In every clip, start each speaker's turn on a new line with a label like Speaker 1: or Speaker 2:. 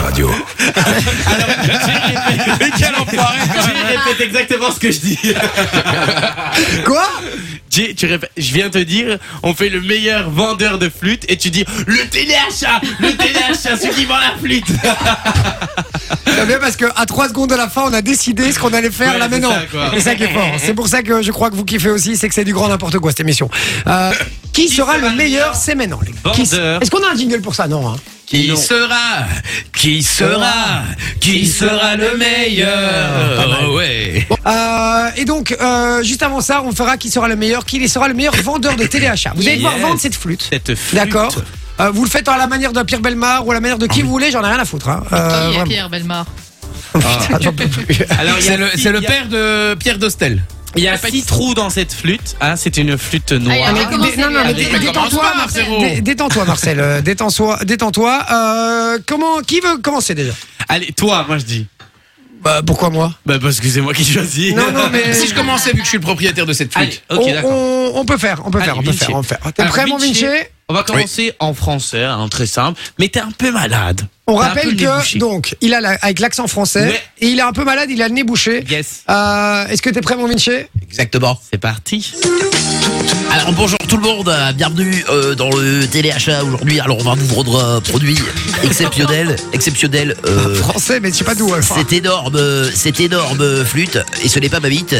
Speaker 1: radio.
Speaker 2: Mais quel enfoiré quand même.
Speaker 3: répète exactement ce que je dis.
Speaker 4: Quoi
Speaker 3: Jay, tu répè- je viens te dire, on fait le meilleur vendeur de flûte et tu dis le téléachat, le téléachat, celui qui vend la flûte.
Speaker 4: Très Eh bien, parce qu'à 3 secondes de la fin, on a décidé ce qu'on allait faire
Speaker 3: Ouais,
Speaker 4: là
Speaker 3: c'est
Speaker 4: maintenant.
Speaker 3: ça, quoi.
Speaker 4: C'est ça qui est fort. C'est pour ça que je crois que vous kiffez aussi, c'est que c'est du grand n'importe quoi cette émission. Euh, qui, sera le meilleur C'est maintenant, les gars. Qui-
Speaker 3: Vendeur.
Speaker 4: Est-ce qu'on a un jingle pour ça Non. hein.
Speaker 3: Qui sera, qui sera, qui sera le
Speaker 2: Ah bah,
Speaker 3: meilleur Oh, Ouais.
Speaker 4: Euh, et donc, euh, juste avant ça, on fera qui sera le meilleur, qui sera le meilleur vendeur de téléachat. Vous allez devoir
Speaker 3: Yes.
Speaker 4: vendre cette flûte.
Speaker 3: Cette flûte. Ah
Speaker 4: D'accord Euh, Vous le faites à la manière d'un Pierre Belmar ou à la manière de qui vous voulez, j'en ai rien à foutre. hein. Euh,
Speaker 5: Qui est
Speaker 4: vraiment.
Speaker 5: Pierre Belmar
Speaker 4: Putain, j'en peux plus.
Speaker 3: Alors il y a
Speaker 2: C'est le,
Speaker 3: six-
Speaker 2: c'est le
Speaker 3: il y a-
Speaker 2: père de Pierre Dostel.
Speaker 3: Il y a six trous dans cette flûte. Ah, c'est une flûte
Speaker 6: Ah,
Speaker 5: Allez,
Speaker 3: noire.
Speaker 5: allez.
Speaker 4: Mais-
Speaker 5: commencez,
Speaker 4: non, non, mais
Speaker 5: allez,
Speaker 4: Ah, dé-
Speaker 5: allez,
Speaker 4: détends-toi,
Speaker 2: commence pas,
Speaker 4: Marcel.
Speaker 2: Marcelo.
Speaker 4: Dé- Détends-toi, Marcel. euh, Détends-toi. Détends-toi. Euh, comment, qui veut commencer déjà
Speaker 3: Allez, toi, moi je dis.
Speaker 4: Bah, pourquoi moi
Speaker 3: Bah parce que c'est moi qui choisis.
Speaker 4: Non, non, mais.
Speaker 2: Si je commençais, vu que je suis le propriétaire de cette
Speaker 3: Allez,
Speaker 2: flûte.
Speaker 3: ok,
Speaker 4: on,
Speaker 3: d'accord.
Speaker 4: on, on peut faire, on peut
Speaker 3: Allez,
Speaker 4: faire, on peut
Speaker 3: Vinci. Ah,
Speaker 4: faire, on peut faire. T'es
Speaker 3: Alors,
Speaker 4: prêt, mon Vinci
Speaker 3: On va commencer en français, hein, très simple. Mais t'es un peu malade.
Speaker 4: On
Speaker 3: T'as un peu
Speaker 4: rappelle
Speaker 3: le nez
Speaker 4: que,
Speaker 3: bouché.
Speaker 4: donc, il a la- avec l'accent français,
Speaker 3: Ouais.
Speaker 4: et il est un peu malade, il a le nez bouché.
Speaker 3: Yes.
Speaker 4: Euh, Est-ce que t'es prêt, mon Vinci
Speaker 6: Exactement.
Speaker 3: C'est parti.
Speaker 6: Alors bonjour tout le monde, euh, bienvenue euh, dans le téléachat aujourd'hui. Alors on va vous vendre un produit exceptionnel, exceptionnel. euh,
Speaker 4: Français, mais je sais pas d'où. hein. alors.
Speaker 6: cette énorme, euh, cette énorme euh, flûte, et ce n'est pas ma bite.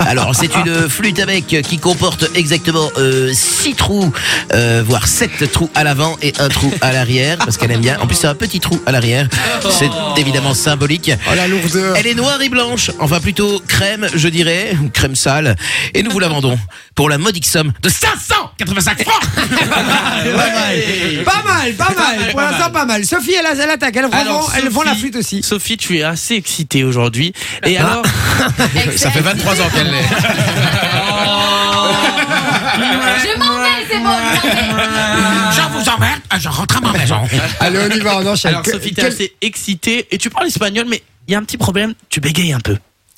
Speaker 6: Alors, c'est une euh, flûte avec euh, qui comporte exactement 6 trous, euh, voire 7 trous à l'avant et un trou à l'arrière, parce qu'elle aime bien. En plus, c'est un petit trou à l'arrière. C'est évidemment symbolique.
Speaker 4: Oh la lourdeur.
Speaker 6: Elle est noire et blanche, enfin plutôt crème, je dirais, ou crème sale. Et nous vous la vendons pour la modique somme de 585 francs.
Speaker 3: Eh
Speaker 4: Pas mal, pas mal. Pour l'instant, pas mal. Sophie, elle, a- elle attaque. Elle, vend-
Speaker 3: Alors,
Speaker 4: elle vend la
Speaker 3: Sophie-
Speaker 4: flûte aussi.
Speaker 3: Sophie, tu es assez excitée aujourd'hui. Et
Speaker 4: Ah.
Speaker 3: alors
Speaker 2: Ça fait 23 ans qu'elle l'est.
Speaker 5: Je m'en vais, c'est bon. je m'en vais.
Speaker 6: Je vous emmerde, je rentre à ma maison.
Speaker 4: Allez, on y va, on enchaîne.
Speaker 3: Alors
Speaker 4: Que-
Speaker 3: Sophie, t'es
Speaker 4: quel-
Speaker 3: assez excitée et tu parles espagnol, mais il y a un petit problème, tu bégayes un peu.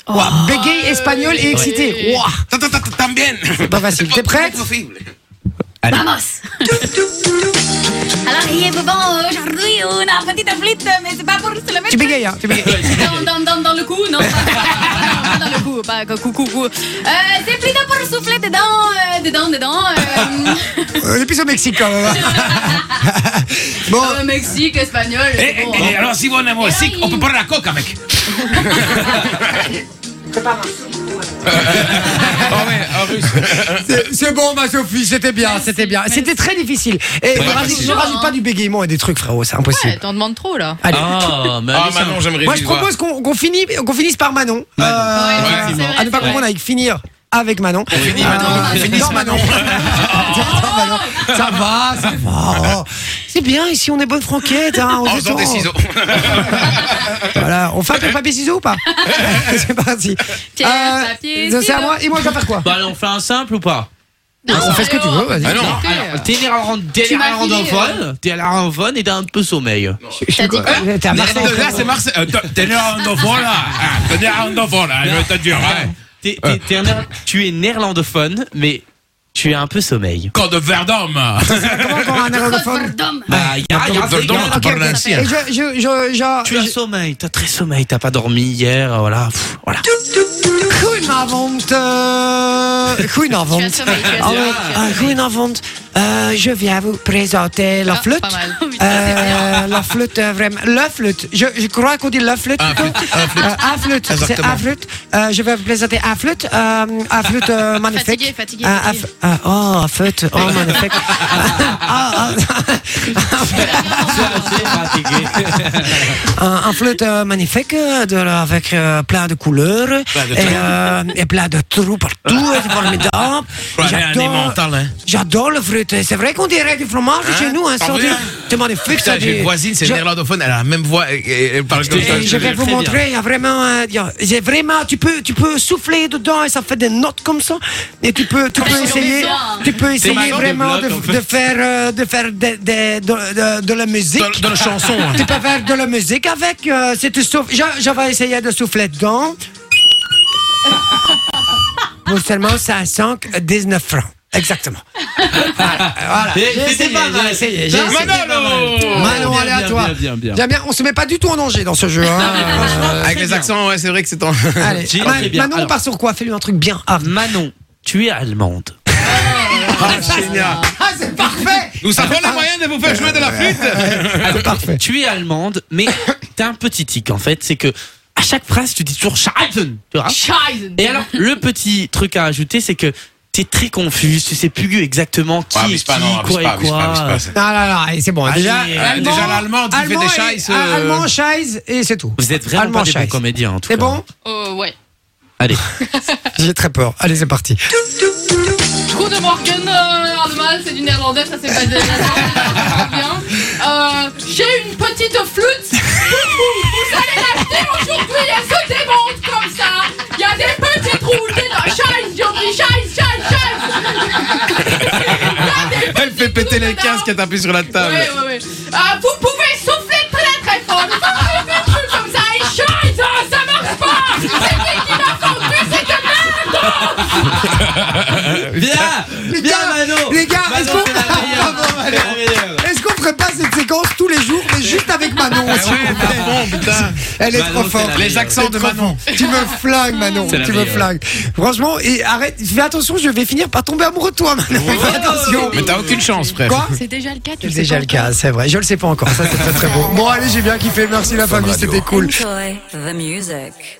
Speaker 4: Ouah, bégaye, espagnol et excité.
Speaker 5: Ouais.
Speaker 4: Ouah, c'est pas facile. T'es prête
Speaker 5: Vamos. Alors, il vous vend aujourd'hui une petite flûte, mais c'est pas pour se le mettre.
Speaker 4: Tu bégayes, hein tu bégayes.
Speaker 5: dans, dans, dans, dans le cou, non pas, pas- pas dans le cou, pas cou, cou, cou. Euh, c'est plutôt pour souffler dedans, euh, dedans, dedans. Euh,
Speaker 4: On est plus au Mexique quand même. hein. Bon,
Speaker 5: euh, Mexique, espagnol. c'est bon, hein.
Speaker 2: alors, si vous en avez
Speaker 5: aussi, on peut
Speaker 2: prendre la coca, mec.
Speaker 4: c'est- c'est bon, ma Sophie, c'était bien,
Speaker 5: Merci,
Speaker 4: c'était bien.
Speaker 5: merci.
Speaker 4: C'était très difficile. Et ne rajoute, ne rajoute pas du bégaiement et des trucs, frérot, c'est
Speaker 5: Ouais,
Speaker 4: impossible.
Speaker 5: Eh, t'en demandes trop là.
Speaker 4: Allez.
Speaker 3: Ah, mais
Speaker 2: Ah,
Speaker 3: allez, ça-
Speaker 2: Manon, j'aimerais
Speaker 4: Moi, je
Speaker 2: lui voir.
Speaker 4: propose qu'on qu'on finisse, qu'on finisse par Manon. Euh,
Speaker 5: Ouais, c'est vrai,
Speaker 4: à ne pas
Speaker 5: c'est vrai.
Speaker 4: confondre avec finir avec Manon. Euh, On finit
Speaker 2: Manon.
Speaker 5: On finit
Speaker 4: Manon. Dans Manon. Ça va, ça va. C'est bien, ici on est bonne franquette. Hein, on
Speaker 2: En
Speaker 4: détend.
Speaker 2: faisant des ciseaux.
Speaker 4: Voilà, on fait un peu papier ciseaux ou pas C'est parti.
Speaker 5: Pierre,
Speaker 4: Euh,
Speaker 5: papier,
Speaker 4: C'est à
Speaker 5: ciseaux.
Speaker 4: moi. Et moi, je dois faire quoi
Speaker 3: Bah, allez, on fait un simple ou pas
Speaker 4: On fait ce que tu veux, vas-y.
Speaker 2: Ah non.
Speaker 5: Ok.
Speaker 3: Alors, T'es à la rande- t'es
Speaker 5: Tu
Speaker 3: à la
Speaker 4: euh,
Speaker 5: m'as filé,
Speaker 3: randophone, t'es à la randophone et t'as un peu sommeil.
Speaker 5: T'as dit quoi
Speaker 4: T'es à Marseille.
Speaker 2: Là, c'est Marseille. Euh, T'es né un enfant là. Ah, T'es né un enfant là. Je te dire. hein.
Speaker 3: T'es- t'es- t'es un néer- Tu es néerlandophone, mais tu as un peu sommeil.
Speaker 2: Quand de Verdun.
Speaker 4: Comment quand un aérophone
Speaker 5: Rotterdam.
Speaker 3: Bah, y a- y a- y a-
Speaker 4: Ok, ok.
Speaker 3: hein.
Speaker 4: Et je, je, je,
Speaker 3: Tu as
Speaker 4: je,
Speaker 3: sommeil, t'as très sommeil, t'as pas dormi hier, voilà. pff, voilà.
Speaker 4: Goedenavond. euh,
Speaker 5: Tu as
Speaker 4: Goedenavond.
Speaker 5: sommeil, tu as
Speaker 4: Ah
Speaker 5: sommeil,
Speaker 4: oui,
Speaker 5: tu as
Speaker 4: ah,
Speaker 5: sommeil.
Speaker 4: goedenavond. Euh, je viens vous présenter la
Speaker 5: Ah,
Speaker 4: flûte.
Speaker 5: Pas mal.
Speaker 4: Euh, la flûte, euh, vraiment. La flûte. Je, je crois qu'on dit la flûte.
Speaker 2: Un Ah, flûte, un flûte.
Speaker 4: Euh, un flûte, C'est
Speaker 2: Exactement.
Speaker 4: un flûte. Euh, je vais vous présenter un flûte. Euh, un flûte euh, magnifique.
Speaker 5: Fatigué, fatigué,
Speaker 4: Un- un
Speaker 5: fatigué.
Speaker 4: f- un- oh, un flûte. Oh, magnifique. Ah, ah, un, un flûte euh, magnifique euh, de, la- avec euh, plein de couleurs
Speaker 2: de
Speaker 4: et, euh, et plein de trous partout. C'est formidable. J'adore- J'adore le fruit. C'est vrai qu'on dirait du fromage
Speaker 2: Hein,
Speaker 4: chez nous. Hein,
Speaker 2: t'en
Speaker 4: sur
Speaker 2: veux
Speaker 4: du-
Speaker 2: un
Speaker 4: C'est magnifique.
Speaker 2: Putain,
Speaker 4: ça,
Speaker 2: j'ai
Speaker 4: du-
Speaker 2: une voisine, c'est
Speaker 4: Je-
Speaker 2: néerlandophone, elle a la même voix, et- et- elle parle comme ça.
Speaker 4: et je vais vous
Speaker 3: très
Speaker 4: montrer, il y a vraiment, euh, il y a- il y a vraiment, tu peux, tu peux souffler dedans et ça fait des notes comme ça. Et tu peux, tu peux
Speaker 5: c'est
Speaker 4: essayer,
Speaker 5: embêtant, hein.
Speaker 4: tu peux essayer
Speaker 3: maintenant des
Speaker 4: vraiment de,
Speaker 3: blocs, en fait.
Speaker 4: de faire, euh, de faire des- des- de, de- de la musique.
Speaker 2: Dans, dans la chanson. hein.
Speaker 4: Tu peux faire de la musique avec. euh, c'est tout souff- je, je vais essayer de souffler dedans. Pour seulement 519 francs. Exactement. Voilà.
Speaker 3: Et
Speaker 4: J'ai
Speaker 3: c'était
Speaker 4: essayé,
Speaker 3: pas mal.
Speaker 4: j'ai essayé, j'ai
Speaker 3: C'était
Speaker 4: essayé.
Speaker 3: pas mal.
Speaker 2: Manolo
Speaker 4: Manon,
Speaker 3: Bien,
Speaker 4: allez à
Speaker 3: bien,
Speaker 4: toi.
Speaker 3: bien, bien, bien.
Speaker 4: Bien, bien, on se met pas du tout en danger dans ce jeu. hein. Euh,
Speaker 1: Avec les accents, ouais, c'est vrai que c'est en.
Speaker 4: Allez,
Speaker 3: Si,
Speaker 4: Ma-
Speaker 3: c'est bien.
Speaker 4: Manon, on
Speaker 3: Alors.
Speaker 4: part sur quoi Fais-lui un truc bien hard.
Speaker 3: Manon, tu es allemande.
Speaker 4: Ah, c'est parfait
Speaker 1: Nous savons le moyen de
Speaker 3: Ah.
Speaker 1: vous faire jouer de la flûte
Speaker 4: C'est parfait.
Speaker 3: Tu es allemande, mais t'as un petit tic en fait, c'est que à chaque phrase tu dis toujours Scheiben, tu vois.
Speaker 5: Scheiße.
Speaker 3: Et alors le petit truc à ajouter, c'est que t'es très confuse, tu sais plus exactement qui
Speaker 2: Ah,
Speaker 3: est
Speaker 2: abuse
Speaker 3: qui,
Speaker 2: pas, non, abuse
Speaker 3: quoi
Speaker 2: pas,
Speaker 3: est
Speaker 2: abuse
Speaker 3: quoi.
Speaker 2: pas, abuse pas, c'est-
Speaker 4: Non, non, non, Ah allez, c'est bon.
Speaker 3: Allez,
Speaker 4: déjà,
Speaker 3: euh,
Speaker 4: allemand,
Speaker 1: déjà, l'allemand, tu fais des
Speaker 4: allemand et-
Speaker 1: scheisse, euh,
Speaker 4: Allemand, scheisse, et c'est tout.
Speaker 3: Vous êtes vraiment
Speaker 4: Allemand
Speaker 3: pas des bons
Speaker 4: Scheiß.
Speaker 3: comédiens en tout
Speaker 4: C'est
Speaker 3: cas.
Speaker 4: bon
Speaker 5: Oh, ouais.
Speaker 3: Allez.
Speaker 4: J'ai très peur. Allez, c'est parti.
Speaker 5: Trou de Morgan, euh, Hardman, c'est du néerlandais, ça c'est pas de bien. Euh, J'ai une petite flûte. Vous allez l'acheter aujourd'hui, elle se démonte comme ça. Il y a des petits trous dedans. Scheiße, j'ai dit scheiße, scheiße, scheiße.
Speaker 1: Elle fait péter les casques qu'elle t'appuie sur la
Speaker 4: Ah,
Speaker 1: table.
Speaker 5: Ouais, ouais, ouais. Euh, vous pouvez souffler très très fort. Vous pouvez faire des trucs comme ça. Et scheiße, ça marche pas. C'est qui qui m'a conduit, c'est que
Speaker 3: Viens Viens Manon
Speaker 4: les gars,
Speaker 3: Manon,
Speaker 4: est-ce qu'on-
Speaker 3: c'est la meilleure.
Speaker 4: Bravo, Manon.
Speaker 3: C'est la meilleure.
Speaker 4: Est-ce qu'on ferait pas cette séquence tous les jours, mais juste avec Manon s'il vous plaît
Speaker 2: Ah
Speaker 4: Elle est
Speaker 3: Manon,
Speaker 4: trop
Speaker 3: c'est
Speaker 4: forte.
Speaker 3: la
Speaker 1: Les accents de Manon.
Speaker 4: Tu me flingues, Manon.
Speaker 3: C'est la
Speaker 4: Tu me
Speaker 3: meilleure.
Speaker 4: flingues. Franchement, et arrête. Fais attention, je vais finir par tomber amoureux de toi, Manon. Fais attention.
Speaker 1: Mais t'as aucune chance, frère.
Speaker 4: Quoi
Speaker 5: C'est déjà le cas, tu
Speaker 4: C'est déjà le cas, c'est vrai. Je le sais pas encore. Ça, c'est très très beau. Bon, allez, j'ai bien kiffé. Merci la famille, c'était cool.
Speaker 7: Enjoy the music.